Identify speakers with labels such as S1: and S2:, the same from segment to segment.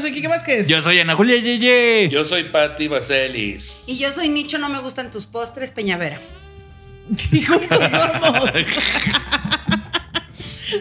S1: soy Kike Vázquez.
S2: Yo soy Ana Julia Yeye.
S3: Yo soy Patti Vaselis.
S4: Y yo soy Nicho, no me gustan tus postres, Peñavera.
S1: Y juntos somos.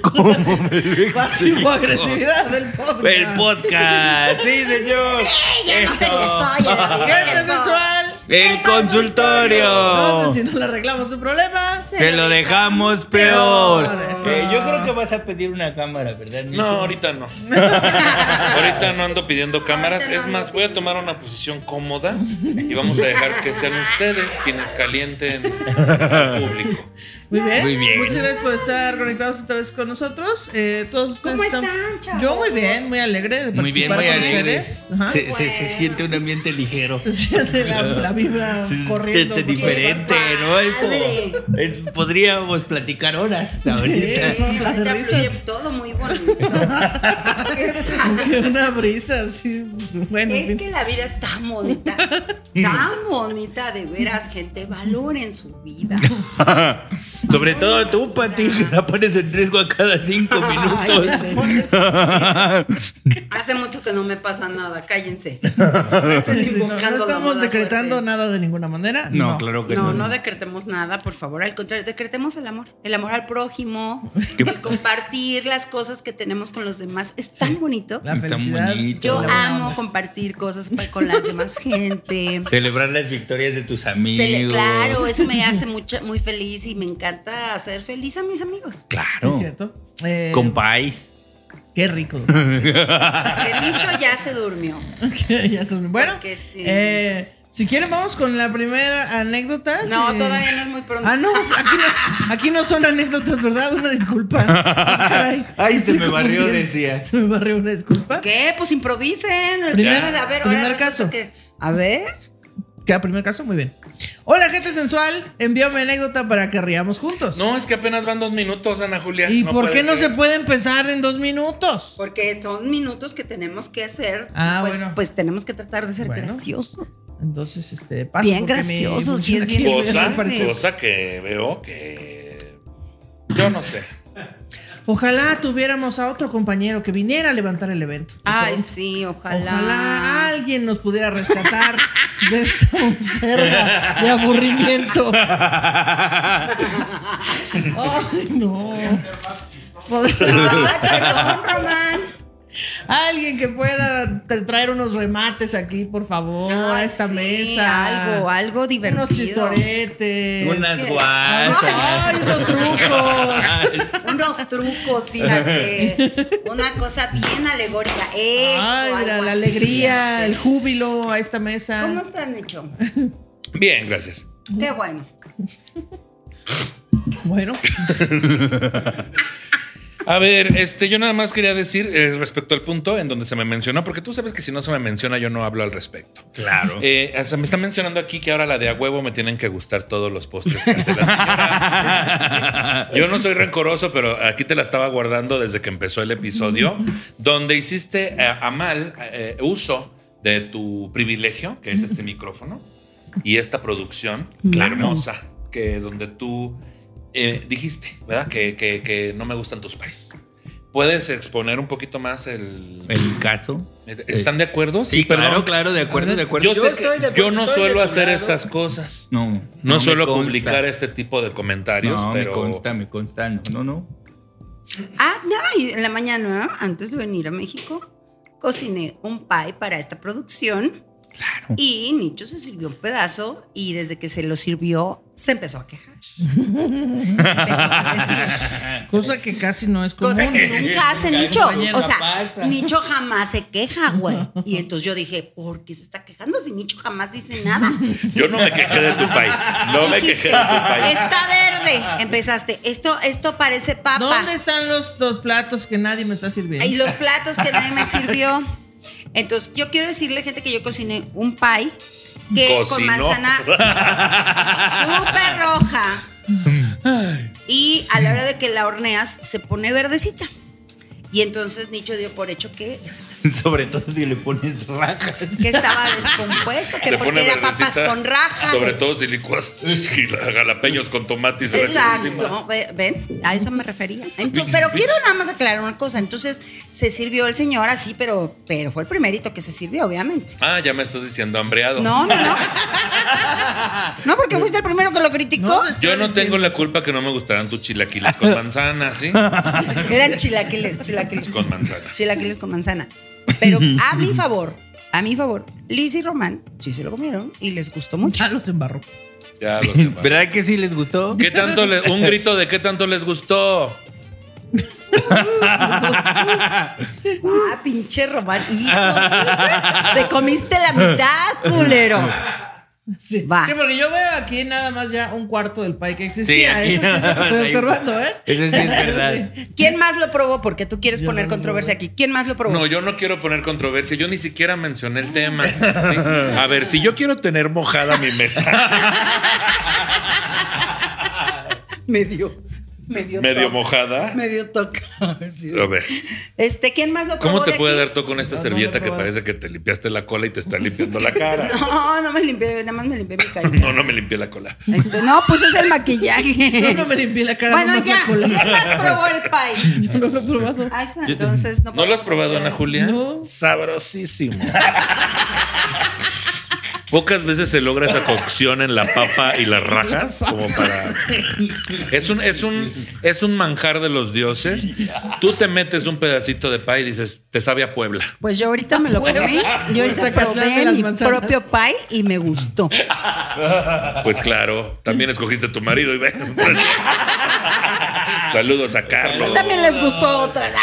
S2: ¿Cómo me lo
S1: Pasivo
S2: explico?
S1: agresividad del podcast.
S2: El podcast. Sí, señor.
S4: Yo no sé qué
S2: Oh.
S4: soy. yo no sé qué
S1: Gente
S4: soy.
S1: sensual.
S2: El consultorio.
S1: No, pues, si no le arreglamos su problema.
S2: Se lo dejamos peor.
S1: Peor, eso.
S2: Eh, yo creo que vas a pedir una cámara, ¿verdad? Nicho?
S3: No, ahorita no. ahorita no ando pidiendo cámaras.
S4: Ahorita no
S3: Es
S4: ando
S3: más, voy a tomar una posición cómoda y vamos a dejar que sean ustedes quienes calienten al público.
S1: Muy bien.
S2: Muy bien.
S1: Muchas gracias por estar conectados esta vez con nosotros. Eh, todos ustedes
S4: ¿Cómo están, chavos?
S1: Yo muy bien, muy alegre de
S2: Muy bien,
S1: participar
S2: muy
S1: con
S2: alegre.
S1: ustedes. Ajá.
S2: Se, se- se siente un ambiente ligero.
S1: Se siente la, la vibra
S2: Se
S1: corriendo.
S2: siente
S1: por todas
S2: diferente,
S1: partes.
S2: ¿no? Es
S4: Padre.
S2: como- es- podríamos platicar horas ahorita.
S4: Sí,
S1: Las
S4: ahorita
S1: risas.
S4: fluye todo muy bonito.
S1: Que una brisa así. Bueno, en
S4: Es
S1: fin.
S4: que la vida es tan bonita, tan bonita, de veras, gente. Valoren su vida.
S2: Sobre todo tú, Pati, que la pones en riesgo a cada cinco minutos.
S4: Ay, Hace mucho que no me pasa nada, cállense.
S1: Sí, sí, no, no
S4: invocando la
S1: estamos
S4: mala
S1: decretando
S4: suerte.
S1: nada de ninguna manera.
S2: no,
S1: No,
S2: claro que no.
S4: No, no decretemos nada, por favor. Al contrario, decretemos el amor. El amor al prójimo,
S2: ¿Qué?
S4: el compartir las cosas que tenemos con los demás. Es tan bonito.
S1: La
S2: Está
S1: felicidad.
S2: bonito.
S4: Yo
S1: la buena
S4: amo
S1: onda.
S4: compartir cosas pa- con la demás gente.
S2: Celebrar las victorias de tus amigos.
S4: Se le- claro, eso me hace mucha, muy feliz y me encanta hacer feliz a mis amigos.
S1: Sí,
S2: Claro.
S1: es cierto. Eh,
S2: Compáis.
S1: qué rico.
S4: El nicho ya se durmió.
S1: Ok, ya son- bueno,
S4: Porque sí
S1: eh,
S4: es-
S1: si quieren vamos con la primera anécdota.
S4: No,
S1: sí.
S4: todavía Ah, no es muy pronto.
S1: Ah, no, o sea, aquí no, aquí no son anécdotas, ¿verdad? Una disculpa. Ah, caray.
S2: Ay, se
S1: Estoy
S2: me barrió,
S1: confundiendo.
S2: decía.
S1: Se me barrió una disculpa.
S4: ¿Qué? Pues improvisen. El-
S1: Primer-
S4: a ver,
S1: primer
S4: ahora resulta
S1: caso.
S4: que- a ver.
S1: ¿Queda primer caso? Muy bien. Hola, gente sensual. Envíame anécdota para que riamos juntos.
S3: No, es que apenas van dos minutos, Ana Julia.
S1: ¿Y por
S3: puede
S1: qué no
S3: ser.
S1: se puede empezar en dos minutos?
S4: Porque son minutos que tenemos que hacer.
S1: Ah,
S4: pues,
S1: bueno.
S4: pues tenemos que tratar de ser
S1: Bueno.
S4: graciosos.
S1: Entonces, este, paso.
S4: Bien
S1: porque mi
S4: gracioso, sí,
S1: función
S4: es bien
S1: aquí me
S3: Cosa,
S1: parece-
S3: cosa que veo que. Yo no sé.
S1: Ojalá tuviéramos a otro compañero que viniera a levantar el evento.
S4: Ay,
S1: Entonces,
S4: sí, ojalá.
S1: Ojalá alguien nos pudiera rescatar de esta cerda de aburrimiento. Ay, no.
S4: Ay, perdón, Román.
S1: Alguien que pueda tra- traer unos remates aquí, por favor, a
S4: Ay,
S1: esta
S4: sí,
S1: mesa.
S4: Algo, algo divertido.
S1: Unos chistoretes.
S2: Unas
S4: que-
S2: guasas.
S1: Ay, unos trucos.
S4: Unos trucos, fíjate. Una cosa bien alegórica. Eso,
S1: Ay, mira,
S4: algo
S1: la
S4: así,
S1: alegría, el
S4: fíjate.
S1: júbilo a esta mesa.
S4: ¿Cómo estás, Nicho?
S3: Bien, gracias.
S4: Qué bueno.
S1: Bueno,
S3: A ver, este, yo nada más quería decir eh, respecto al punto en donde se me mencionó, porque tú sabes que si no se me menciona, yo no hablo al respecto.
S2: Claro.
S3: Eh, o sea, me está mencionando aquí que ahora la de a huevo me tienen que gustar todos los postres que hace la señora. Yo no soy rencoroso, pero aquí te la estaba guardando desde que empezó el episodio, donde hiciste eh, a mal eh, uso de tu privilegio, que es este micrófono, y esta producción
S2: Claro.
S3: hermosa, que donde tú eh, dijiste, ¿verdad? Que, que- que no me gustan tus pares. ¿Puedes exponer un poquito más el...
S2: El caso.
S3: ¿Están de acuerdo?
S2: Sí,
S3: perdón.
S2: claro, claro, de acuerdo, de acuerdo.
S3: Yo, sé que
S2: estoy de
S3: yo
S2: acuerdo,
S3: no
S2: estoy de
S3: suelo
S2: tu
S3: hacer
S2: lado.
S3: estas cosas.
S2: No,
S3: No,
S2: me
S3: suelo
S2: consta.
S3: publicar este tipo de comentarios,
S2: No,
S3: pero.
S2: me consta, me consta. No, no, no.
S4: Ah, nada, y en la mañana, antes de venir a México, cociné un pie para esta producción
S2: Claro.
S4: y Nicho se sirvió un pedazo y desde que se lo sirvió se empezó a quejar. empezó a decir.
S1: cosa que casi no es común.
S4: Cosa que nunca hace Nicho.
S2: compañera,
S4: O sea,
S2: pasa.
S4: Nicho jamás se queja, güey. Y entonces yo dije, ¿por qué se está quejando si Nicho jamás dice nada?
S3: Yo no me quejé de tu país. No me quejé
S4: Dijiste,
S3: de tu país.
S4: está verde. Empezaste, esto, esto parece papa.
S1: ¿Dónde están los dos platos que nadie me está sirviendo?
S4: Y los platos que nadie me sirvió. Entonces, yo quiero decirle, gente, que yo cociné un pie que con
S3: Cocinó.
S4: manzana súper roja. Y a la hora de que la horneas, se pone verdecita. Y entonces Nicho dio por hecho que estaba,
S2: Sobre todo si le pones rajas.
S4: que estaba descompuesto, que
S3: Te
S4: porque era
S3: verdecita,
S4: papas con rajas.
S3: Sobre todo si licuas jala- jalapeños con tomate y se le echas encima.
S4: Exacto, ve- ven, a eso me refería. Entonces, pero quiero nada más aclarar una cosa. Entonces, se sirvió el señor así, pero, pero fue el primerito que se sirvió, obviamente.
S3: Ah, ya me estás diciendo hambreado.
S4: No, no, no. No, porque fuiste el primero que lo criticó.
S3: Yo no tengo la culpa que no me gustaran tus chilaquiles con manzana, ¿sí?
S4: Eran chilaquiles, chilaquiles.
S3: Con manzana.
S4: Chilaquiles con manzana. Pero a mi favor, a mi favor, Liz y Román sí se lo comieron y les gustó mucho.
S1: Ya los embarró.
S3: Ya lo sé. va.
S2: ¿Verdad que sí les gustó?
S3: ¿Qué tanto le- un grito de qué tanto les gustó?
S4: Ah, pinche Román, hijo. Te comiste la mitad, culero.
S1: Sí.
S4: Va.
S1: Sí, porque yo veo aquí nada más ya un cuarto del pie que existía.
S2: aquí
S1: Eso sí es lo
S2: nada
S1: que estoy
S2: más hay-
S1: observando, ¿eh?
S2: Eso sí es verdad.
S1: Sí.
S4: ¿Quién más lo probó? Porque tú quieres
S1: Yo
S4: poner
S1: no lo
S4: controversia aquí. ¿Quién más lo probó?
S3: No, yo no quiero poner controversia. Yo ni siquiera mencioné el tema. ¿sí? A ver, si yo quiero tener mojada mi mesa,
S4: Me dio. Me dio
S3: medio
S4: toque.
S3: mojada.
S4: Me dio toque. Sí.
S3: A ver,
S4: Este, ¿quién más lo probó?
S3: ¿cómo te
S4: de
S3: puede
S4: aquí?
S3: dar toco con esta
S1: No, no lo he
S3: servilleta que
S1: probado.
S3: parece que te limpiaste la cola y te está limpiando la cara?
S4: No, no me limpié, nada más me limpié mi carita.
S3: No, no me limpié la cola.
S4: Este, no, pues es el maquillaje.
S1: Yo no me limpié la cara.
S4: bueno,
S1: nomás
S4: ya.
S1: la cola.
S4: ¿Quién más probó el pie?
S1: Yo no lo he probado.
S4: Ahí está, entonces no
S3: ¿No lo has
S4: podemos
S3: probado,
S4: hacer-
S3: Ana Julia?
S1: No.
S3: Sabrosísimo. Pocas veces se logra esa cocción en la papa y las rajas, como para. Es un, es un, es un manjar de los dioses. Tú te metes un pedacito de pie y dices, te sabe a Puebla.
S4: Pues yo ahorita me lo comí.
S1: Bueno,
S4: Yo
S1: pues,
S4: ahorita
S1: Zacatlán de
S4: probé
S1: las
S4: mi
S1: manzanas.
S4: propio pie y me gustó.
S3: Pues claro, también escogiste a tu marido y ve. Saludos a Carlos.
S4: Pues también les gustó a otras. ¡Ah!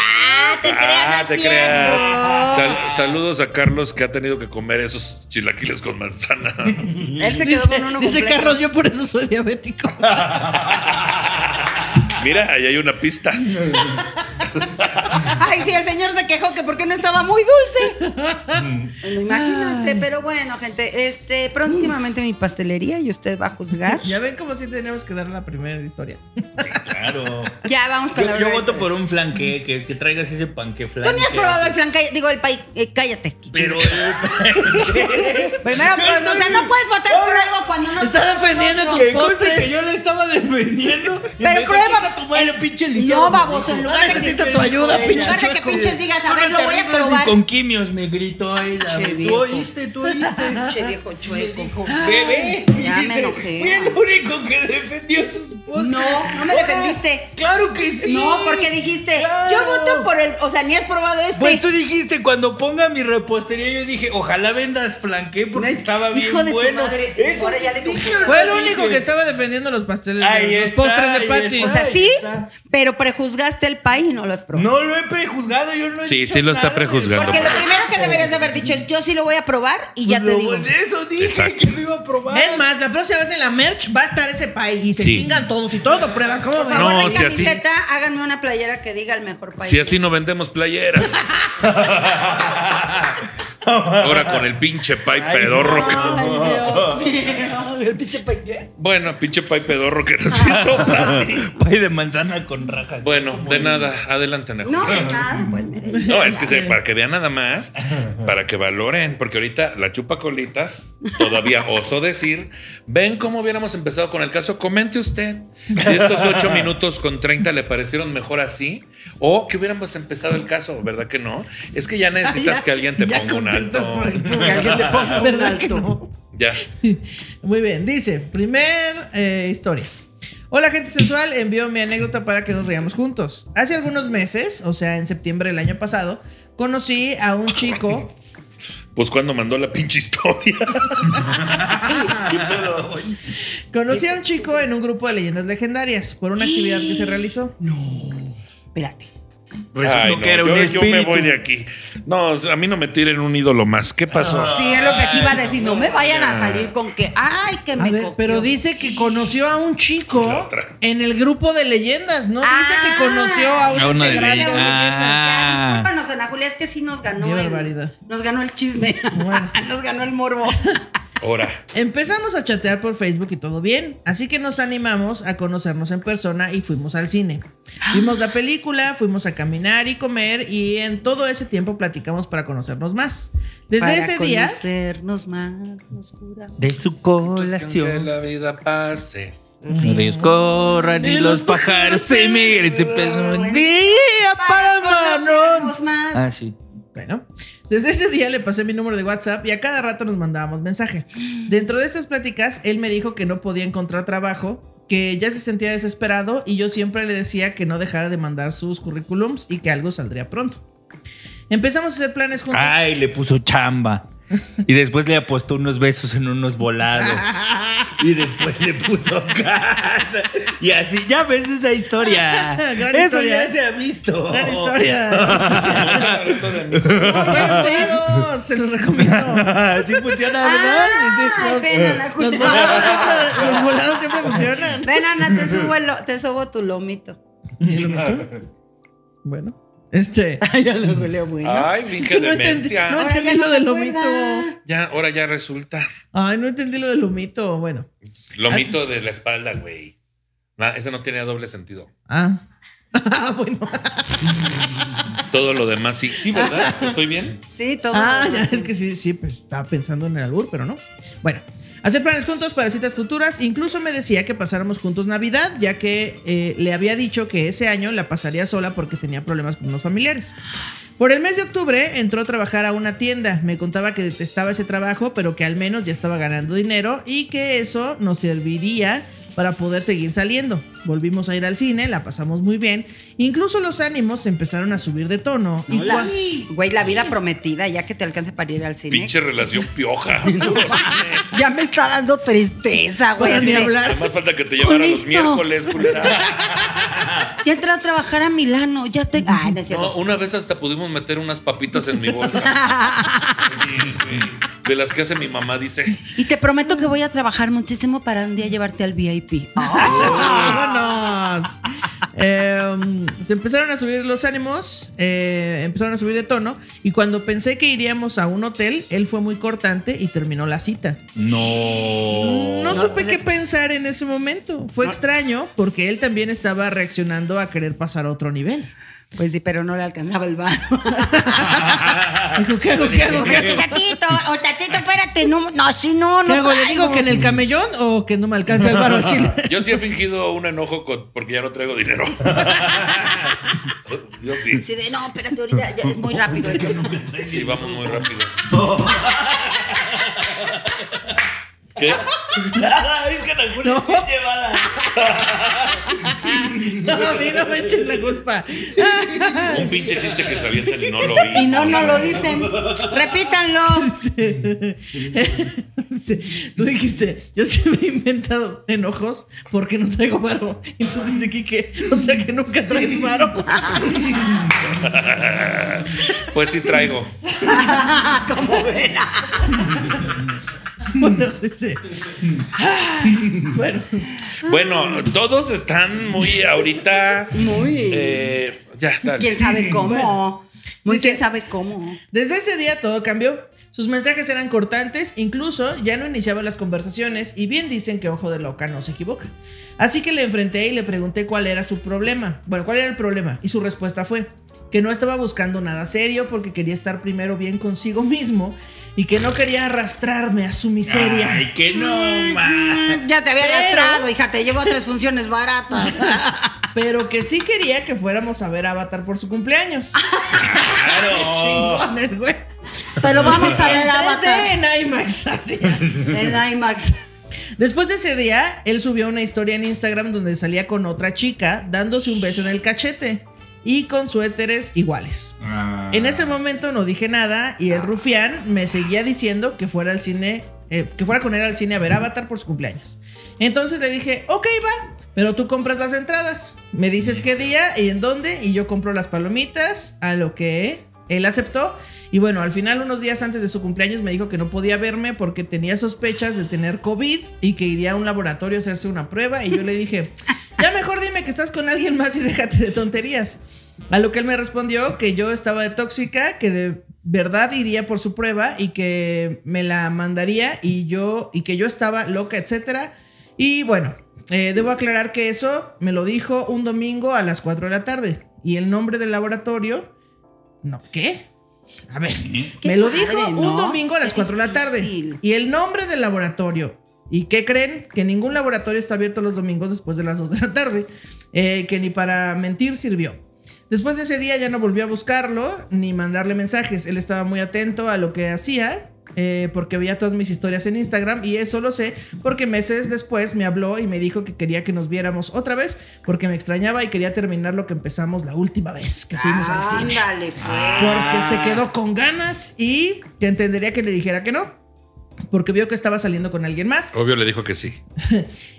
S4: Te crean
S3: Ah, te
S4: haciendo.
S3: creas. Sal- saludos a Carlos que ha tenido que comer esos chilaquiles con manzana.
S4: Él se quedó
S1: Dice,
S4: con uno
S1: dice
S4: completo.
S1: Carlos, yo por eso soy diabético.
S3: Mira, ahí hay una pista.
S4: Ay, sí, el señor se quejó que porque no estaba muy dulce. Bueno, imagínate, pero bueno, gente, este, próximamente mi pastelería y usted va a juzgar.
S1: ya ven como si teníamos que dar la primera historia.
S2: Claro.
S4: Ya vamos con la
S2: Yo, yo
S4: verdadera
S2: voto
S4: historia.
S2: por un flanque, que, que traigas ese panque flanque.
S4: Tú ni has probado el flan, calla- digo el pay, eh, cállate.
S2: Pero es.
S4: Primero, pues, o sea, no puedes votar por algo cuando no
S1: Está defendiendo tus
S2: Que conste
S1: postres.
S2: que yo le estaba defendiendo. y me
S4: Pero
S2: dijo, "Chinga
S4: prueba.
S2: tu madre,
S4: el-
S2: pinche
S4: no,
S2: Lizardo",
S4: baboso,
S2: me
S4: en
S2: dijo.
S4: lugar de
S1: necesito
S4: que-
S1: tu ayuda,
S4: en
S1: pinche
S4: lugar de que
S1: chueco.
S4: pinches digas, a
S2: Tú no
S4: ver, lo
S2: te
S4: voy a
S2: arreglas ni
S4: probar.
S2: Con quimios me gritó ella.
S4: Che,
S2: Tú
S4: viejo.
S2: oíste, tú oíste.
S4: Pinche viejo chueco.
S2: Dijo, Bebé.
S4: Ya
S2: Y
S4: me
S2: dice,
S4: enojé.
S2: Fui el único que defendió sus postres.
S4: No, no me defendiste.
S2: Claro que sí.
S4: No, porque dijiste, yo
S2: Claro.
S4: voto por el, o sea, ni has probado este.
S2: Pues tú dijiste, cuando ponga mi repostería, yo dije, ojalá vendas flanqué porque
S4: No es-
S2: estaba bien
S4: hijo de tu
S2: bueno.
S4: madre.
S2: Eso
S4: Ahora ya le
S2: dije,
S4: confundí.
S1: Fue el
S2: dije.
S1: único que estaba defendiendo los pasteles,
S2: Ahí
S1: los
S2: está,
S1: postres de
S2: ahí
S1: Patty.
S2: está.
S4: O sea,
S2: Ahí
S4: sí,
S2: está.
S4: pero prejuzgaste el país y no lo has probado.
S2: No lo he prejuzgado, yo no he
S3: Sí,
S2: dicho
S3: sí lo está
S2: nada.
S3: prejuzgando.
S4: Porque lo primero que deberías de haber dicho es yo sí lo voy a probar y ya te
S2: Pues Lo-
S4: digo.
S2: Eso dije
S3: Exacto.
S2: que lo iba a probar.
S1: Es más, la próxima vez en la merch va a estar ese pie y se
S3: Sí.
S1: chingan todos y todos lo prueban. ¿Cómo
S4: Por
S1: ven?
S4: favor,
S3: No,
S4: en
S3: si así-
S4: camiseta, háganme una playera que diga el mejor país.
S3: Si así no vendemos playeras. Ahora con el pinche pay pedorro. que-
S4: el pinche país.
S3: Bueno, pinche pay pedorro que nos hizo.
S2: Pay de manzana con rajas.
S3: Bueno, de nada, adelante, Ana
S4: No,
S3: Julia.
S4: de nada, pues mire.
S3: No, es que se- para que vean nada más, para que valoren, porque ahorita la chupa colitas, todavía oso decir, ven cómo hubiéramos empezado con el caso, comente usted si estos 8 minutos con 30 le parecieron mejor así o que hubiéramos empezado el caso, ¿verdad que no? Es que ya necesitas
S1: Ya-
S3: que alguien te
S1: ya
S3: ponga un
S1: contestas
S3: alto.
S1: por el público.
S4: Que alguien te ponga un
S1: ¿Verdad que
S4: alto?
S1: no?
S3: Ya.
S1: Muy bien, dice, primer eh, historia. Hola gente sensual, envío mi anécdota para que nos riamos juntos. Hace algunos meses, o sea, en septiembre del año pasado, conocí a un chico
S3: Pues cuando mandó la pinche historia.
S1: Conocí a un chico en un grupo de leyendas legendarias por una actividad que se realizó.
S4: Espérate.
S2: Resultó
S3: Ay, no,
S2: Pues, que era
S3: yo,
S2: un
S3: yo me
S2: espíritu.
S3: voy de aquí. No, a mí no me tiren un ídolo más. ¿Qué pasó?
S2: Ah.
S4: Sí, es lo que te iba a decir. No me vayan a salir con que, ay, que
S1: A
S4: me
S1: ver,
S4: cogió.
S1: pero dice que conoció a un chico
S3: La otra.
S1: en el grupo de leyendas, no dice
S4: Ah.
S1: que conoció a un
S2: A una de
S1: integrante de
S2: leyendas.
S1: leyendas.
S4: Ya,
S2: Ah.
S4: discúlpanos, Ana Julia, es que sí nos ganó.
S1: Qué
S4: el-
S1: barbaridad.
S4: Nos ganó el chisme.
S1: Bueno.
S4: nos ganó el morbo.
S3: Ahora.
S1: Empezamos a chatear por Facebook y todo bien, así que nos animamos a conocernos en persona y fuimos al cine. Vimos la película, fuimos a caminar y comer y en todo ese tiempo platicamos para conocernos más. Desde
S4: Para
S1: ese día,
S4: conocernos más, nos cura.
S2: De su
S3: Que
S2: colación.
S3: la vida pase.
S2: Los ríos corran y los pájaros se migren. Se perdió un día para amarnos.
S4: conocernos más.
S2: Ah, sí.
S1: bueno, desde ese día le pasé mi número de WhatsApp y a cada rato nos mandábamos mensaje. Dentro de estas pláticas, él me dijo que no podía encontrar trabajo, que ya se sentía desesperado y yo siempre le decía que no dejara de mandar sus currículums y que algo saldría pronto. Empezamos a hacer planes juntos.
S2: Ay, le puso chamba. Y después le apostó unos besos en unos volados. Y después le puso casa. Y así, ya ves esa historia.
S1: Gran
S2: Eso
S1: historia.
S2: ya se ha visto.
S1: Gran historia.
S4: Ya sé.
S1: Buenos, se los recomiendo.
S2: Así funciona, ¿verdad?
S4: Ah,
S1: Los-
S4: ven, Ana
S1: Los
S4: Julia.
S1: volados siempre, los volados siempre funcionan.
S4: Ven, Ana, te subo, el lo- te subo tu lomito.
S1: Bueno, este.
S4: Ay, ya lo leo bueno.
S3: Ay,
S1: Es
S3: finca
S1: que no entendí,
S3: demencia.
S1: no
S4: Ahora
S1: entendí
S4: ya no
S1: lo
S4: se
S1: del
S4: acuerda.
S1: lomito.
S3: Ya, ahora ya resulta. Ah.
S1: Ay, no entendí lo del lomito. Bueno.
S3: Lomito de la espalda, güey. Nah, eso no tenía doble sentido.
S1: Ah. Ah, bueno.
S3: Todo lo demás sí. Sí, ¿verdad? ¿Estoy bien?
S4: Sí, todo.
S1: Ah,
S4: todo
S1: ya
S4: así.
S1: es que sí, sí, pues estaba pensando en el albur, pero no. Bueno, hacer planes juntos para citas futuras. Incluso me decía que pasáramos juntos Navidad, ya que eh, le había dicho que ese año la pasaría sola porque tenía problemas con unos familiares. Por el mes de octubre entró a trabajar a una tienda. Me contaba que detestaba ese trabajo, pero que al menos ya estaba ganando dinero y que eso nos serviría para poder seguir saliendo. Volvimos a ir al cine, la pasamos muy bien. Incluso los ánimos empezaron a subir de tono. Y
S4: Hola.
S1: cuan-
S4: Güey, la vida prometida, ya que te alcance para ir al cine.
S3: Pinche relación pioja.
S4: Ya me está dando tristeza, güey.
S1: para Pues,
S4: así
S1: ni
S4: de,
S1: hablar.
S3: Nada más falta que te llevara los
S4: Listo.
S3: miércoles, culera.
S4: Ya entré a trabajar a Milano, ya te. Ay, no es
S3: No,
S4: cierto.
S3: una vez hasta pudimos meter unas papitas en mi bolsa. Oye, güey, De las que hace mi mamá, dice.
S4: Y te prometo que voy a trabajar muchísimo para un día llevarte al VIP.
S1: ¡Vámonos! Eh, se empezaron a subir los ánimos, eh, empezaron a subir de tono, y cuando pensé que iríamos a un hotel, él fue muy cortante y terminó la cita.
S2: No.
S1: No supe
S4: pues
S1: qué
S4: es-
S1: pensar en ese momento. Fue extraño porque él también estaba reaccionando a querer pasar a otro nivel.
S4: Pues sí, pero no le alcanzaba el bar. Ah.
S1: Dijo, ¿qué hago? ¿Qué hago? ¿Qué hago?
S4: Tatito, o tatito, espérate, no, no, si no,
S1: ¿Qué
S4: no.
S1: hago? ¿Le
S4: traigo.
S1: digo que en el camellón o que no me alcanza el varo al chile?
S3: Yo sí he fingido un enojo con- porque ya no traigo dinero. Yo sí.
S4: Sí, de, no, espérate, ahorita ya es muy rápido esto.
S3: Sí, vamos muy rápido. ¿Qué?
S2: Nada, es que la Julia es bien llevada.
S1: No, a mí no me echen la culpa.
S3: Un pinche chiste que se avientan y no lo vi.
S4: Y no, no lo dicen. Repítanlo.
S1: Sí, Tú dijiste, yo sí me he inventado enojos porque no traigo varo. Entonces dice Kike, o sea que nunca traes varo.
S3: Pues sí traigo.
S4: ¿Cómo ven?
S1: Bueno, dice. "Ah", Bueno,
S3: Bueno, todos están muy ahorita.
S4: Muy.
S3: eh, ya,
S4: ¿Quién
S3: dale.
S4: sabe cómo? Muy
S1: Dice-
S4: quién sabe cómo.
S1: desde ese día todo cambió. Sus mensajes eran cortantes, incluso ya no iniciaba las conversaciones y bien dicen que ojo de loca no se equivoca. Así que le enfrenté y le pregunté cuál era su problema. Bueno, cuál era el problema. Y su respuesta fue que no estaba buscando nada serio porque quería estar primero bien consigo mismo y que no quería arrastrarme a su miseria.
S2: Ay, que no, ma.
S4: Ya te había
S1: Pero-
S4: arrastrado, hija, te llevo a tres funciones baratas.
S1: Pero que sí quería que fuéramos a ver Avatar por su cumpleaños.
S2: Claro.
S1: Chingón el güey.
S4: Pero vamos a ver Avatar
S1: En IMAX, así.
S4: en IMAX.
S1: Después de ese día, él subió una historia en Instagram donde salía con otra chica dándose un beso en el cachete y con suéteres iguales.
S2: Ah.
S1: En ese momento no dije nada y el rufián me seguía diciendo que fuera al cine, eh, que fuera con él al cine a ver Avatar por su cumpleaños. Entonces le dije, ok, va, pero tú compras las entradas. Me dices qué día y en dónde y yo compro las palomitas, a lo que él aceptó. Y bueno, al final, unos días antes de su cumpleaños, me dijo que no podía verme porque tenía sospechas de tener COVID y que iría a un laboratorio a hacerse una prueba. Y yo le dije, ya mejor dime que estás con alguien más y déjate de tonterías. A lo que él me respondió que yo estaba de tóxica, que de- verdad iría por su prueba y que me la mandaría y yo y que yo estaba loca, etcétera. Y bueno, eh, debo aclarar que eso me lo dijo un domingo a las 4 de la tarde y el nombre del laboratorio no qué? A ver,
S2: ¿eh?
S4: Qué
S1: me lo
S4: padre,
S1: dijo
S4: ¿no?
S1: un domingo a las
S4: Qué
S1: 4 de la tarde
S4: difícil.
S1: y el nombre del laboratorio. ¿Y qué creen? Que ningún laboratorio está abierto los domingos después de las 2 de la tarde, eh, que ni para mentir sirvió. Después de ese día ya no volvió a buscarlo ni mandarle mensajes. Él estaba muy atento a lo que hacía eh, porque veía todas mis historias en Instagram y eso lo sé porque meses después me habló y me dijo que quería que nos viéramos otra vez porque me extrañaba y quería terminar lo que empezamos la última vez que fuimos al cine
S4: Ándale, pues.
S1: porque se quedó con ganas y que entendería que le dijera que no, porque vio que estaba saliendo con alguien más.
S3: Obvio le dijo que sí.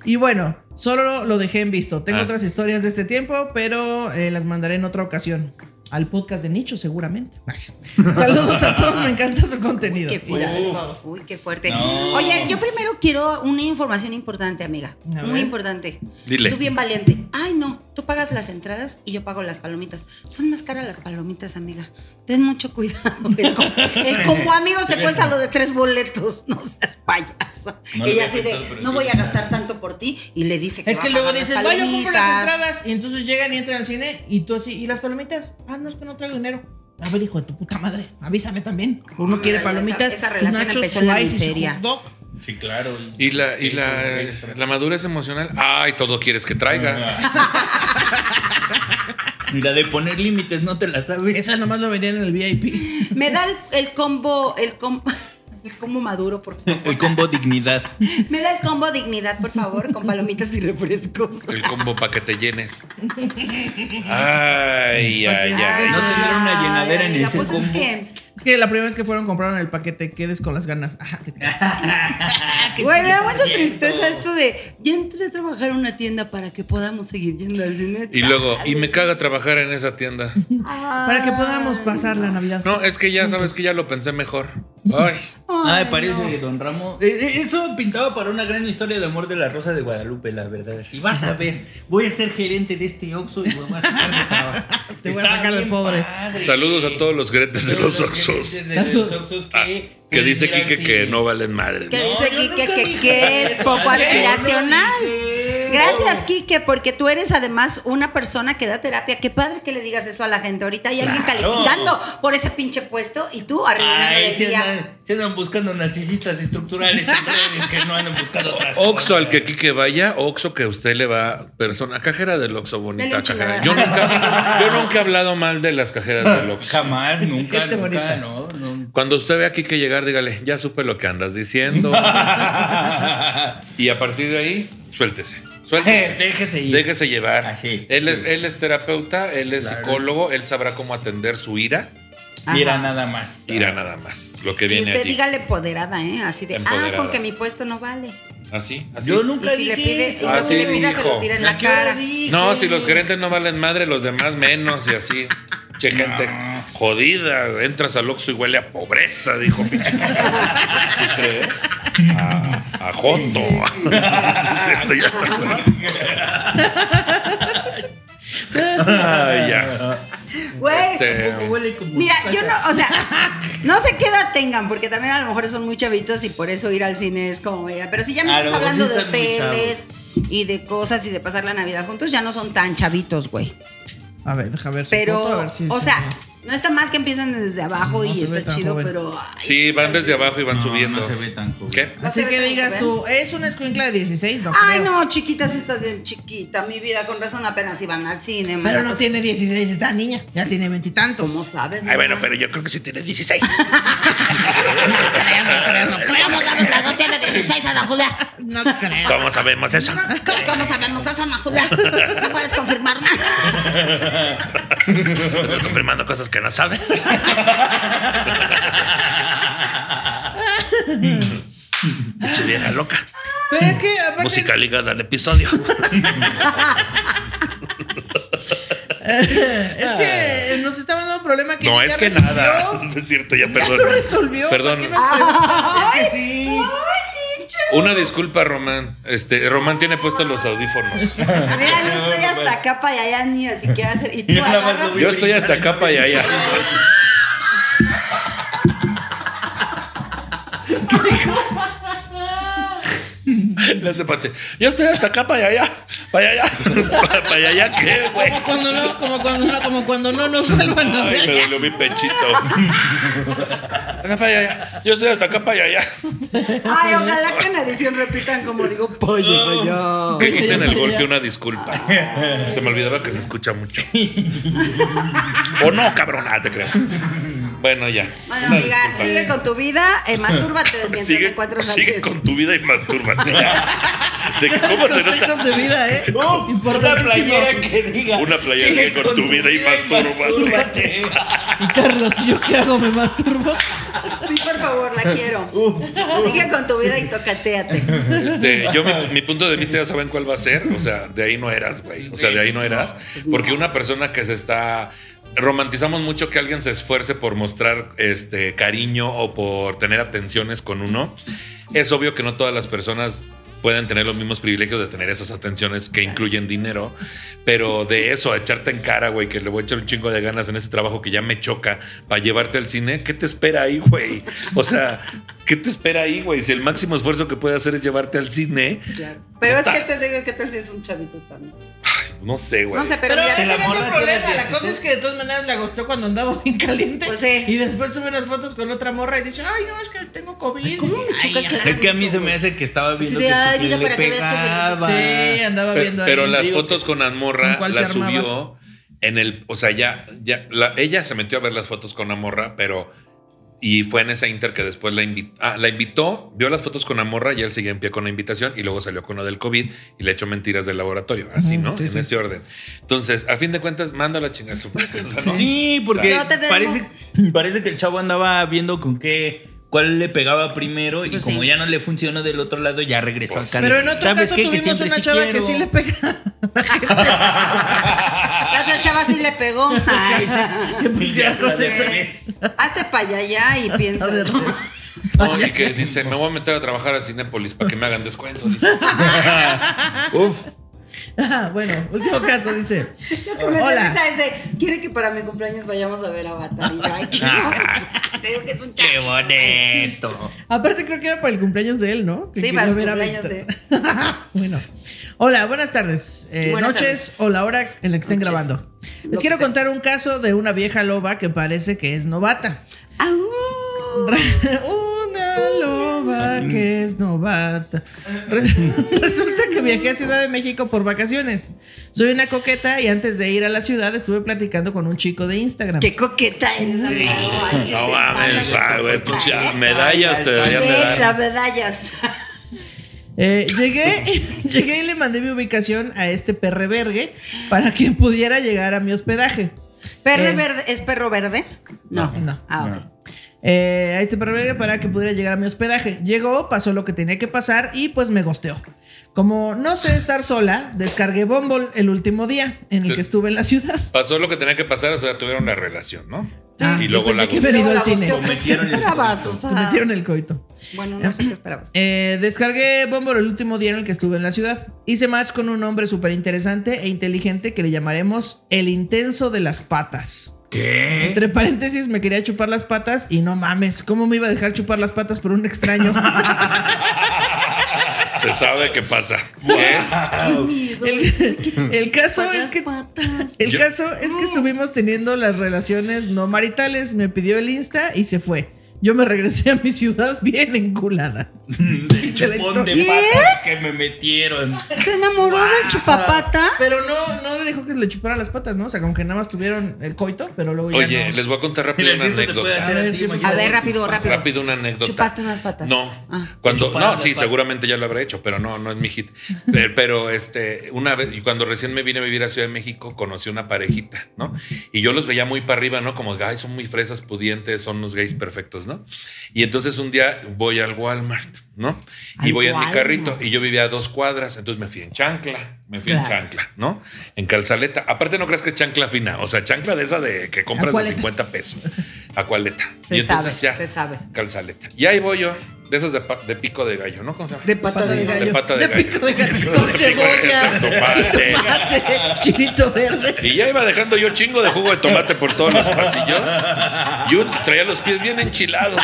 S1: Y bueno, solo lo dejé en visto. Tengo
S3: Ah.
S1: otras historias de este tiempo, pero eh, las mandaré en otra ocasión. Al podcast de Nicho, seguramente. Más. Saludos a todos, me encanta su contenido.
S4: Qué
S1: Y ya
S4: fuerte.
S1: ves.
S4: Uy, qué fuerte.
S2: No.
S4: Oye, yo primero quiero una información importante, amiga.
S1: A
S4: Muy
S1: ver.
S4: importante.
S3: Dile.
S4: Tú bien valiente. Ay, no. Tú pagas las entradas y yo pago las palomitas. Son más caras las palomitas, amiga. Ten mucho cuidado. El, co- el combo amigos te cuesta lo de tres boletos. No seas payasa.
S2: No lo
S4: Ella
S2: había
S4: así de,
S2: pensado, pero
S4: no
S2: sí.
S4: voy a gastar tanto por ti. Y le dice que
S1: Es
S4: va
S1: que
S4: a
S1: luego
S4: pagar
S1: dices,
S4: las
S1: vaya, yo compro las
S4: palomitas".
S1: entradas. Y entonces llegan y entran al cine y tú así, ¿y las palomitas? Ah, no, es que no traigo dinero. A ver, hijo de tu puta madre, avísame también. Uno quiere
S4: Esa-
S1: palomitas.
S4: esa relación
S1: nachos,
S4: empezó en la
S1: slices y su
S4: miseria.
S1: hot dog.
S2: Sí, claro.
S3: Y la, y la, la madurez emocional. Ay, todo quieres que traiga.
S2: Y la de poner límites, no te la sabes.
S1: Esa nomás lo verían en el VIP.
S4: Me da el, el combo, el combo, el combo maduro, por favor.
S2: El combo dignidad.
S4: Me da el combo dignidad, por favor, con palomitas y refrescos.
S3: El combo para que te llenes. Ay, ay, ay.
S2: no te dieron una llenadera en
S4: amiga,
S2: ese
S4: pues es
S2: combo.
S4: que,
S1: Es que la primera vez que fueron compraron el paquete, quedes con las ganas. Ajá, te creas.
S2: Ah,
S4: Güey, me da mucha
S2: siento.
S4: tristeza esto de ya entré a trabajar a una tienda para que podamos seguir yendo al cine.
S3: Y luego, y me caga trabajar en esa tienda.
S1: Para que podamos pasar la Navidad.
S3: No, es que ya sabes que ya lo pensé mejor. Ay,
S2: Ay, parece Don Ramo. Eh, eh, Eso pintaba para una gran historia de amor de la Rosa de Guadalupe, la verdad. Y vas a ver, voy a ser gerente de este Oxxo y me voy a sacar de trabajo.
S1: Te voy a sacar de
S2: bien
S1: pobre.
S2: padre.
S3: saludos a todos los gretes de los Oxos.
S2: gerentes de los
S1: Saludos.
S2: Oxxos que,
S3: Ah, que
S2: pueden
S3: dice
S2: ir al
S3: Quique que
S2: cine.
S3: no valen madres.
S4: Que
S3: ¿no?
S4: dice
S2: yo
S4: Quique
S2: nunca
S4: que-
S2: dije
S4: que es
S2: eso.
S4: poco
S2: Yo no
S4: aspiracional.
S2: dije eso.
S4: Gracias, Quique, porque tú eres además una persona que da terapia. Qué padre que le digas eso a la gente. Ahorita hay alguien
S2: Claro.
S4: calificando por ese pinche puesto y tú arruinando
S2: Ay,
S4: el
S2: se
S4: día.
S2: andan, se andan buscando narcisistas estructurales en redes que no andan buscando otras
S3: Oxo al que
S2: cosas.
S3: Quique vaya, Oxo que usted le va, persona, cajera del Oxo,
S4: Dele
S3: bonita
S4: un
S3: cajera.
S4: chingadazo.
S3: Yo nunca, yo nunca he hablado mal de las cajeras del Oxo.
S2: Jamás, nunca,
S1: Gente bonita.
S2: nunca, no, no.
S3: Cuando usted ve a Quique llegar, dígale, ya supe lo que andas diciendo. y a partir de ahí, suéltese. Suéltese. Ah,
S2: Déjese ir.
S3: Déjese llevar.
S2: Así.
S3: Él es, él es terapeuta, él es
S2: Claro.
S3: psicólogo, él sabrá cómo atender su ira.
S2: Mira
S4: Ajá.
S2: nada más.
S3: Ira nada más. Lo que
S4: Y
S3: viene
S4: usted
S3: allí.
S4: dígale empoderada, ¿eh? Así de, ah,
S3: Empoderada.
S4: porque mi puesto no vale.
S3: Así, así.
S2: Yo
S4: Y
S2: nunca
S4: si le
S2: dije
S4: pide,
S2: eso.
S4: y lo que le
S3: Así
S4: pida se lo
S3: dijo.
S4: tira en la
S2: ¿A qué hora
S4: cara.
S2: dije?
S3: No, si los gerentes no valen madre, los demás menos y así. Che, gente jodida. Entras al Oxxo y huele a pobreza, dijo pinche. ¿Tú crees? A, a Joto. Sí, es cierto, ya. Ay, ya.
S4: Güey,
S3: Este,
S2: Huele como
S4: Mira,
S2: caca.
S4: yo no, o sea, no sé qué edad tengan, porque también a lo mejor son muy chavitos y por eso ir al cine es como, mira, pero si ya me
S2: A
S4: estás
S2: lo mejor
S4: hablando
S2: sí
S4: de
S2: están muy
S4: hoteles y de cosas y de pasar la Navidad juntos, ya no son tan chavitos, güey.
S1: A ver, deja ver su foto, a
S4: Pero,
S1: ver si-
S4: o
S1: si-
S4: sea, no está mal que empiecen desde abajo
S1: No
S4: y
S1: se ve
S4: está
S1: tan
S4: chido,
S1: joven.
S4: pero... ay,
S3: Sí, van desde abajo y van
S2: No,
S3: subiendo.
S2: No se ve tan cool.
S3: ¿Qué?
S4: no
S1: Así
S4: se ve
S1: que
S4: tan
S1: digas
S4: joven.
S1: tú, es una escuincla de 16, no
S4: Ay,
S1: creo.
S4: no, chiquita, sí estás bien chiquita. Mi vida, con razón apenas iban al cine.
S1: Pero
S4: mana,
S1: no
S4: pues,
S1: tiene 16, está niña, ya tiene veintitantos.
S4: ¿Cómo sabes?
S3: Ay, bueno,
S4: mana?
S3: pero yo creo que sí tiene 16.
S4: ¿Cómo sabes que no tiene 16 Ana Julia?
S1: No creo.
S3: ¿Cómo sabemos eso?
S4: ¿Cómo, cómo sabemos eso, Ana Julia? No puedes confirmar nada.
S3: Estoy confirmando cosas que no sabes. Pinche vieja loca.
S1: Pero es que aparte.
S3: Música ligada al episodio.
S1: Es que nos está dando un problema que.
S3: Ah. No,
S1: ella
S3: es
S1: ya
S3: que
S1: resolvió.
S3: nada. Es cierto, ya
S1: Ya
S3: perdón.
S1: lo resolvió. ¿para
S3: Perdón.
S1: qué nos preguntas?
S2: Es que sí.
S3: Una disculpa, Román. Este, Román tiene puestos los audífonos.
S4: Mira, yo estoy hasta acá para allá, ni así que hacer. Y tú
S2: Yo nada más
S4: agarras-
S2: lo vi.
S3: Yo estoy hasta acá para allá. Le hace pate. Yo estoy hasta acá para allá. Para allá. Para, allá qué, güey.
S1: Como cuando no, como cuando no, como cuando no nos salvan a
S3: Ay, me
S1: ver.
S3: dolió mi pechito. Anda para allá. Yo estoy hasta acá para allá.
S4: Ay, ojalá que en edición repitan como digo, pollo, yo.
S3: Que quiten el golpe una disculpa. Se me olvidaba que se escucha mucho. O no, cabrón. Ah, te creas. Bueno, ya.
S4: Bueno,
S3: Una
S4: amiga,
S3: disculpa.
S4: sigue con tu vida, eh, mastúrbate mientras
S3: Sigue,
S4: encuentras a
S3: sigue
S4: alguien.
S3: con tu vida y mastúrbate. De que cómo se nota
S1: Consejos de vida, ¿eh?
S2: Uf, una
S1: Importantísimo.
S2: playera que diga.
S3: Una playera
S2: "Sigue
S3: que con tu vida y mastúrbate".
S2: mastúrbate.
S1: Y Carlos, ¿y yo qué hago? ¿Me masturbo?
S4: Sí, por favor, la quiero.
S3: Uh,
S4: Sigue con tu vida y tocateate.
S3: Este, yo mi, mi punto de vista ya saben cuál va a ser. O sea, de ahí no eras, güey. O sea, de ahí no eras. Porque una persona que se está. Romantizamos mucho que alguien se esfuerce por mostrar este cariño o por tener atenciones con uno. Es obvio que no todas las personas pueden tener los mismos privilegios de tener esas atenciones que incluyen dinero, pero de eso, a echarte en cara, güey, que le voy a echar un chingo de ganas en ese trabajo que ya me choca para llevarte al cine, ¿qué te espera ahí, güey? O sea, ¿qué te espera ahí, güey? Si el máximo esfuerzo que puede hacer es llevarte al cine,
S4: Pero es que te digo, ¿qué tal si es un chavito también?
S3: no sé, güey.
S4: No sé, pero,
S1: Pero
S4: mira,
S1: ese no
S2: la
S1: es el
S2: morra tiene
S1: problema. La
S2: actitud.
S1: cosa es que de todas maneras le agostó cuando andaba bien caliente.
S4: Pues sí.
S1: Y después sube unas fotos con otra morra y dice, ay, no, es que tengo COVID.
S4: ¿cómo me
S1: Ay,
S4: choca que
S1: ajá.
S2: Es que a mí se me hace que estaba viendo
S4: Sí,
S2: que
S4: ay,
S2: su
S4: mira,
S2: piel le
S4: para que veas que
S2: pegaba.
S1: Sí, andaba
S3: Pe-
S1: viendo
S3: pero
S1: ahí.
S3: las
S2: Digo
S3: fotos con
S1: ¿con
S3: Amorra
S1: cuál
S3: las
S1: se armaba?
S3: subió en el, o sea, ya, ya, la- ella se metió a ver las fotos con Amorra, pero y fue en esa Inter que después la invitó, la invitó, vio las fotos con Amorra y él seguía en pie con la invitación y luego salió con lo del COVID y le echó mentiras del laboratorio, así,
S1: Ujú,
S3: ¿no?
S1: sí,
S3: en
S1: sí. Pues
S3: ese orden. Entonces, a fin de cuentas, manda la chingada. su madre, o sea, ¿no?
S2: Sí, porque
S4: No te debo.
S2: parece, parece que el chavo andaba viendo con qué cuál le pegaba primero y
S4: Pues
S2: como
S4: sí.
S2: ya no le funcionó del otro lado ya regresó
S3: Pues
S2: acá.
S1: Pero en otro
S2: ¿Sabes
S1: caso
S2: qué? Que
S1: tuvimos
S2: siempre
S1: una chava que
S2: quiero.
S1: sí le pega.
S4: la otra chava sí le pegó. Ay,
S1: Pues
S2: Ya
S1: ya
S2: la
S1: con eso.
S2: debes.
S4: hazte para allá y piensa.
S3: No, y que dice, me voy a meter a trabajar a Cinépolis para que me hagan descuento. dice.
S2: Uf.
S1: Ah, bueno, último caso, dice.
S4: Lo que me da
S1: Hola.
S4: risa es de, quiere que para mi cumpleaños vayamos a ver Avatar. Y yo, ay, qué
S1: Ah.
S4: Te digo que es un
S2: Qué
S4: chavito.
S2: bonito.
S1: Aparte creo que era para el cumpleaños de él, ¿no? Que
S4: Sí,
S1: quería
S4: para su
S1: ver a
S4: cumpleaños,
S1: Víctor. Bueno. Hola, buenas tardes. eh,
S4: Buenas
S1: noches
S4: tardes.
S1: o la hora en la que estén
S4: Noches.
S1: grabando.
S4: Lo
S1: Les
S4: que
S1: quiero
S4: sea.
S1: contar un caso de una vieja loba que parece que es novata.
S4: Au.
S1: Una loba que es novata. Re- Resulta que viajé a Ciudad de México por vacaciones. Soy una coqueta y antes de ir a la ciudad estuve platicando con un chico de Instagram.
S4: Qué coqueta eres, amigo. Ay, este,
S3: No
S4: qué
S3: mames,
S4: simpática.
S3: ay, güey, pues pinches medallas te deberían de
S4: Ve, las
S3: dar.
S4: medallas.
S1: Eh, llegué, llegué y le mandé mi ubicación a este perrevergue para que pudiera llegar a mi hospedaje.
S4: ¿Perro
S1: Eh.
S4: verde? ¿Es perro verde? No.
S1: No.
S4: Ah, ok.
S1: Eh, a este perrevergue para que pudiera llegar a mi hospedaje. Llegó, pasó lo que tenía que pasar y pues me gosteó. Como no sé estar sola, descargué Bumble el último día en el que estuve en la ciudad.
S3: Pasó lo que tenía que pasar, o sea, tuvieron la relación, ¿no?
S1: Ah,
S3: y luego
S1: yo
S3: la
S1: pensé que
S3: gustó.
S1: He venido
S4: Luego
S1: al
S4: la
S1: cine.
S4: busqué, pues, ¿qué
S2: Cometieron el
S4: esperabas? O
S2: coito.
S4: sea,
S1: Metieron el coito.
S4: Bueno, no sé qué esperabas.
S1: Eh, descargué Bumble el último día en el que estuve en la ciudad. Hice match con un hombre súper interesante e inteligente que le llamaremos el intenso de las patas.
S2: ¿Qué?
S1: Entre paréntesis, me quería chupar las patas y no mames, ¿cómo me iba a dejar chupar las patas por un extraño?
S3: Se sabe qué pasa. ¿eh? ¿Qué?
S1: el, el caso
S4: Patas,
S1: es que...
S4: patas.
S1: El
S3: Yo-
S1: caso es que estuvimos teniendo las relaciones no maritales, me pidió el Insta y se fue. Yo me regresé a mi ciudad bien enculada.
S2: Del
S1: De la
S2: chupón de
S1: historia.
S2: patas que me metieron.
S4: ¿Se enamoró del chupapata?
S1: Pero no, no le dijo que le chupara las patas, ¿no? O sea, como que nada más tuvieron el coito, pero luego ya
S3: Oye,
S1: no.
S3: les voy a contar rápido
S2: Mira,
S3: una
S2: si esto te puede
S3: anécdota.
S2: hacer
S1: A ver,
S2: ti,
S1: sí,
S2: imagínate.
S4: A ver, rápido, rápido.
S3: Rápido una anécdota.
S4: ¿Chupaste unas patas?
S3: No.
S4: Ah.
S3: Cuando,
S2: Chuparon
S3: no,
S2: las
S3: sí,
S2: patas.
S3: seguramente ya lo habré hecho, pero no, no es mi hit. Pero, pero, este, una vez, y cuando recién me vine a vivir a Ciudad de México, conocí una parejita, ¿no? Y yo los veía muy para arriba, ¿no? Como, ay, son muy fresas, pudientes, son los gays perfectos, ¿no? Y entonces un día voy al Walmart, ¿no? Y
S4: Al
S3: voy en mi
S4: Walmart.
S3: carrito y yo vivía a dos cuadras, entonces me fui en chancla, me fui en
S4: Claro.
S3: chancla, ¿no? En calzaleta. Aparte no creas que es chancla fina, o sea, chancla de esa de que compras de
S1: Acualeta.
S3: 50 pesos. Acualeta.
S4: Se
S3: y entonces
S4: sabe,
S3: ya
S4: se sabe.
S3: calzaleta. Y ahí voy yo, de esas de, pa- de pico de gallo, ¿no? ¿Cómo se llama?
S4: De pata de gallo.
S3: De pata de gallo.
S1: pico de gallo. Con
S3: De pico de
S1: cebolla,
S3: gallo, tomate.
S1: tomate, chilito verde.
S3: Y ya iba dejando yo chingo de jugo de tomate por todos los pasillos. Y un- traía los pies bien enchilados.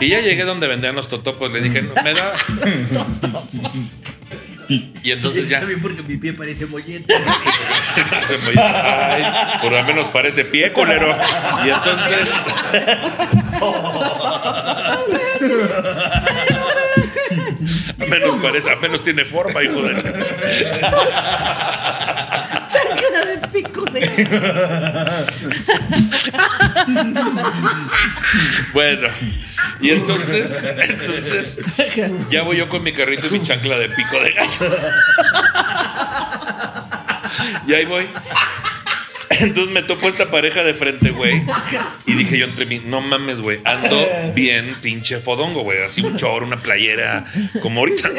S3: Y ya llegué donde vendían los totopos. Le dije, "No, me da. y entonces ya.
S5: También porque mi pie parece mollete.
S3: Se me- Ay, por lo menos parece pie, colero. Y entonces. A menos, parece, a menos tiene forma, hijo de.
S4: Chancla de pico de.
S3: Bueno, y entonces, entonces, ya voy yo con mi carrito y mi chancla de pico de gallo. Y ahí voy. Entonces me tocó esta pareja de frente, güey. Y dije yo entre mí, no mames, güey. Ando bien pinche fodongo, güey. Así un chor, una playera, como ahorita.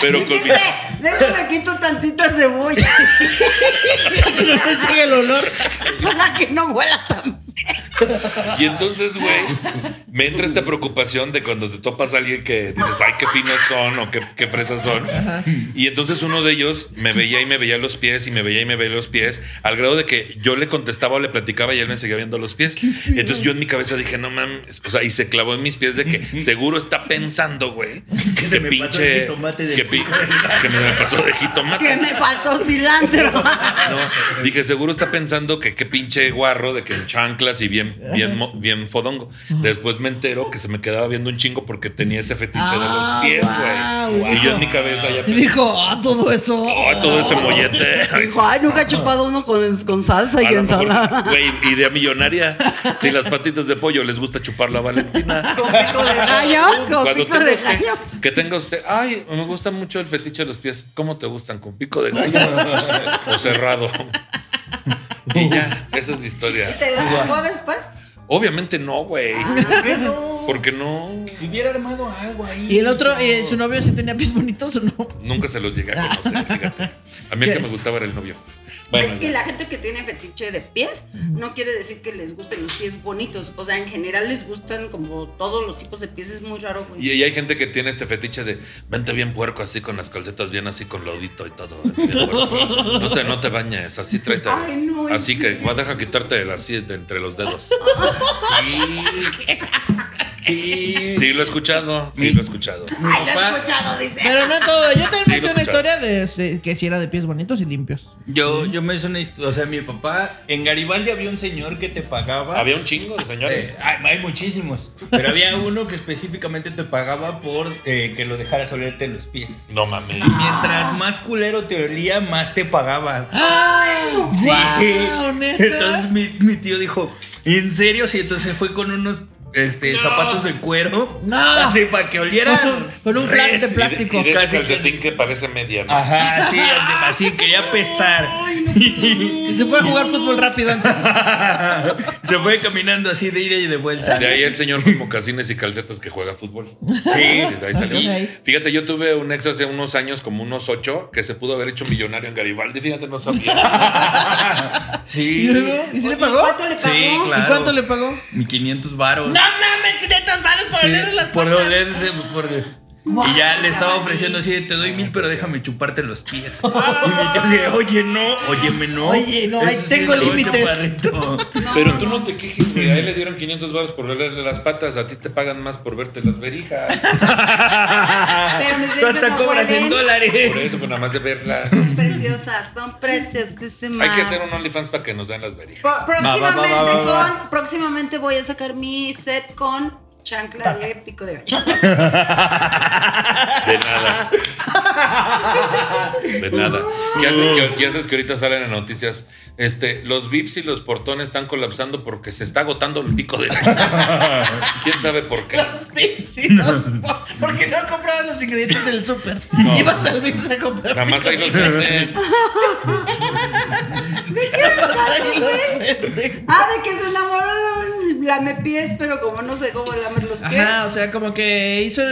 S3: Pero con mi...
S4: Dijiste, déjame quito tantita cebolla
S1: No me sigue el olor. Ah,
S4: para que no huela tan.
S3: Y entonces, güey, me entra esta preocupación de cuando te topas a alguien que dices, ay, qué finos son o qué, qué fresas son. Y entonces uno de ellos me veía y me veía los pies y me veía y me veía los pies, al grado de que yo le contestaba o le platicaba y él me seguía viendo los pies. Entonces yo en mi cabeza dije, no mames, o sea, y se clavó en mis pies de que seguro está pensando, güey, que,
S5: se me pasó el jitomate del
S3: que, pi- que me pasó de jitomate.
S4: Que me faltó cilantro.
S3: No, dije, seguro está pensando que qué pinche guarro de que en chanclas y bien, bien, mo- bien fodongo. Después me entero que se me quedaba viendo un chingo porque tenía ese fetiche
S1: Ah,
S3: de los pies,
S1: guau,
S3: güey. Y
S1: guau.
S3: yo en mi cabeza ya
S1: Y
S3: pensé,
S1: dijo, ah, todo eso. Ah.
S3: "Oh, todo ese mollete.
S4: Dijo, ay, nunca he chupado uno con, con salsa y
S3: A lo mejor,
S4: ensalada.
S3: güey, idea millonaria. Si las patitas de pollo les gusta chupar la Valentina.
S4: Con pico de gallo, con
S3: Cuando
S4: pico
S3: tenga
S4: de
S3: usted,
S4: gallo.
S3: que tenga usted, ay, me gusta mucho el fetiche de los pies. ¿Cómo te gustan? ¿Con pico de gallo o cerrado? Y ya, esa es mi historia.
S4: ¿Te la chupó después?
S3: Obviamente no, güey.
S4: Ah,
S5: ¿Por qué no?
S3: Porque no,
S5: Si hubiera armado algo ahí.
S1: Y el otro, eh, su novio sí tenía pies bonitos o no.
S3: nunca se los llegué a conocer, fíjate. A mí el que me gustaba era el novio. Bueno,
S4: es que
S3: ya.
S4: la gente que tiene fetiche de pies no quiere decir que les gusten los pies bonitos. O sea, en general les gustan como todos los tipos de pies. Es muy raro. güey.
S3: y, y hay gente que tiene este fetiche de vente bien puerco, así con las calcetas bien así con lodito y todo. bien puerco. No te, no te bañes, así tráete.
S4: Ay, no, en
S3: así que vas a dejar quitarte el así de entre los dedos.
S5: Sí. Sí.
S3: Sí, lo he escuchado. Sí, lo he escuchado.
S5: Mi
S4: Ay, lo he
S5: papá,
S4: escuchado, dice.
S1: Pero no todo. Yo
S3: Sí,
S1: también
S3: lo
S1: hice una
S3: escuchaba.
S1: historia de, de que si era de pies bonitos y limpios.
S5: yo, yo me hice una historia. O sea, mi papá. En Garibaldi había un señor que te pagaba.
S3: Había un chingo de señores.
S5: Eh, hay, hay muchísimos. Pero había uno que específicamente te pagaba por eh, que lo dejaras olerte los pies.
S3: No mames.
S5: Y mientras más culero te olía, más te pagaba.
S1: ¡Ah!
S5: Sí.
S1: ¡Guau, neta!
S5: Entonces mi, mi tío dijo, ¿en serio? Sí, entonces fue con unos este, zapatos de cuero.
S1: No.
S5: Así para que olieran.
S1: Con un flan de
S5: res.
S3: Y de-
S1: plástico.
S3: Y de, ese
S5: Casi,
S3: calcetín
S5: casi.
S3: que parece media. ¿no?
S5: Ajá, sí, así quería apestar.
S1: Se fue a jugar fútbol rápido antes.
S5: Se fue caminando así de ida y de vuelta.
S3: De ahí el señor con mocasines y calcetas que juega fútbol.
S5: Sí.
S3: Sí, de ahí salió.
S1: Ok.
S3: Fíjate, yo tuve un ex hace unos años, como unos ocho, que se pudo haber hecho millonario en Garibaldi. Fíjate, no sabía.
S1: ¿Y
S5: Sí.
S1: luego? ¿Y si le
S4: ¿Y
S1: pagó?
S4: ¿Cuánto le pagó?
S5: Sí, claro.
S1: ¿Y cuánto le pagó?
S5: Mi 500 varos.
S1: mames! 500 balas por
S5: Sí,
S1: olerle
S5: por
S1: patas.
S5: olerse, por-
S4: Guau,
S5: Y ya le estaba
S4: chaval.
S5: ofreciendo así, de, te doy mil, pero déjame chuparte los pies. Y mi tío de, oye, no, óyeme, no.
S1: Ah. Oye, no, ahí
S5: Eso sí,
S1: tengo
S5: no,
S1: límites.
S5: chaparrito.
S3: Pero tú no te quejes, güey. A él le dieron 500 baros por verle las patas. A ti te pagan más por verte las verijas. Ah.
S4: Pero mis
S5: Tú
S4: derechos
S5: hasta
S4: no
S5: cobras en
S4: vuelven.
S3: Por eso,
S5: dólares.
S3: pues nada más de verlas.
S4: Preciosas, son preciosísimas.
S3: Hay que hacer un OnlyFans para que nos den las verijas.
S4: Pro- próximamente,
S5: Va, va, va, va, va, va.
S4: con, próximamente voy a sacar mi set con chancla de pico de gallo.
S3: De nada. De nada. ¿Qué haces que, qué haces que ahorita salen en noticias? Este, los VIPs y los portones están colapsando porque se está agotando el pico de gallo. ¿Quién sabe por qué?
S1: Los Vips y los po- Porque no comprabas los ingredientes del súper. Ibas al Vips a comprar.
S3: Nada más ahí los venden.
S1: picos y los venden.
S4: Ah, de que se enamoró de un lamepiés, pero como no sé cómo lamer los pies.
S1: Ajá, o sea, como que hizo,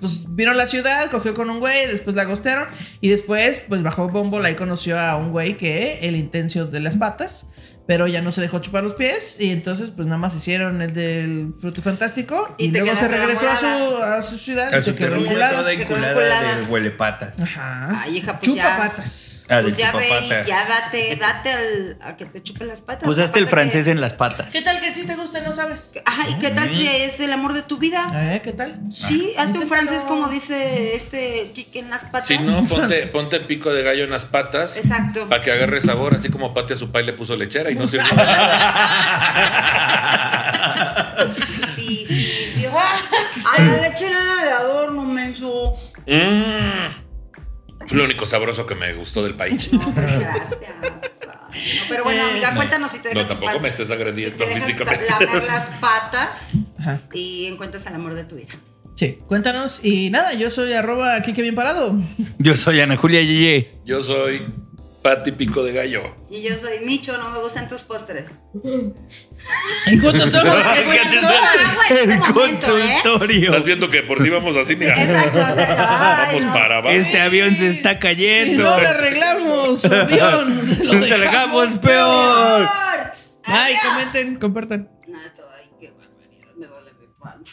S1: pues vino a la ciudad, cogió con un güey, después la gostearon y después, pues bajó Bumble, ahí conoció a un güey que el intencio de las patas, pero ya no se dejó chupar los pies y entonces, pues nada más hicieron el del fruto fantástico y,
S4: Y te
S1: luego se
S4: quedaste
S1: regresó a su,
S4: enamorada.
S1: a su ciudad
S5: A
S1: y
S5: su
S1: se quedó
S5: terruño
S1: vinculado.
S5: toda
S4: se quedó
S5: enculada
S4: enculada.
S5: de huelepatas.
S1: Ajá.
S4: Ay, hija, pues
S1: Chupa
S4: ya.
S1: patas.
S2: Ah,
S4: pues
S2: del
S4: ya ve,
S2: chupapata.
S4: y ya date, date al, a que te chupe las patas.
S2: Pues hazte el
S4: Aparte
S2: francés
S4: que-
S2: en las patas.
S1: ¿Qué tal que si te gusta y no sabes?
S4: Ajá, ¿y qué tal si es el amor de tu vida?
S1: ¿Eh? ¿Qué tal?
S4: Sí, hazte un francés como dice este Kike en las patas.
S3: Si no, ponte, ponte pico de gallo en las patas.
S4: Exacto.
S3: Para que agarre sabor, así como Pati a su pai le puso lechera y no sirvió de nada.
S4: Sí, sí, Dios. A la leche era de adorno, menso.
S3: Mm. Es lo único sabroso que me gustó del país.
S4: No, pues, gracias. No, Pero bueno, amiga,
S2: No,
S4: cuéntanos si te
S3: Eh, no,
S4: dejas
S3: tampoco me estés agrediendo
S4: si te dejas
S3: físicamente.
S4: pa- lamer las patas
S1: Ajá.
S4: y encuentras el amor de tu vida.
S1: Sí, cuéntanos. Y nada, yo soy arroba Kike Bien Parado.
S2: Yo soy Ana Julia Yeye.
S3: Yo soy Pati Pico de Gallo.
S4: Y yo soy Micho, no me gustan tus postres. Pues,
S1: Y juntos somos el buen Sensor.
S4: Agua en este
S2: El
S4: momento, ¿eh?
S2: consultorio.
S3: Estás viendo que por si vamos así, mira.
S4: Exacto, o sea, ay,
S3: Vamos
S4: no.
S3: para abajo.
S2: Este avión se está
S1: Si
S2: cayendo.
S1: no lo arreglamos, su avión, se lo
S2: Nos
S1: dejamos
S2: dejamos peor.
S1: Ay,
S4: Adiós.
S1: comenten, compartan.
S4: No, esto, ay, qué barbaridad, me duele mi panza.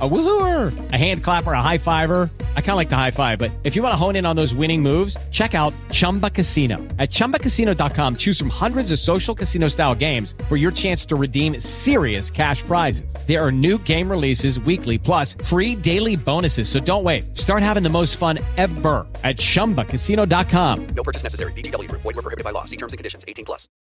S6: A woohooer, a hand clapper, a high fiver. I kind of like the high five, but if you want to hone in on those winning moves, check out Chumba Casino. At chumbacasino.com, choose from hundreds of social casino style games for your chance to redeem serious cash prizes. There are new game releases weekly, plus free daily bonuses. So don't wait. Start having the most fun ever at chumbacasino.com.
S7: No purchase necessary. VGW Group. Void were prohibited by law. See terms and conditions. 18 plus.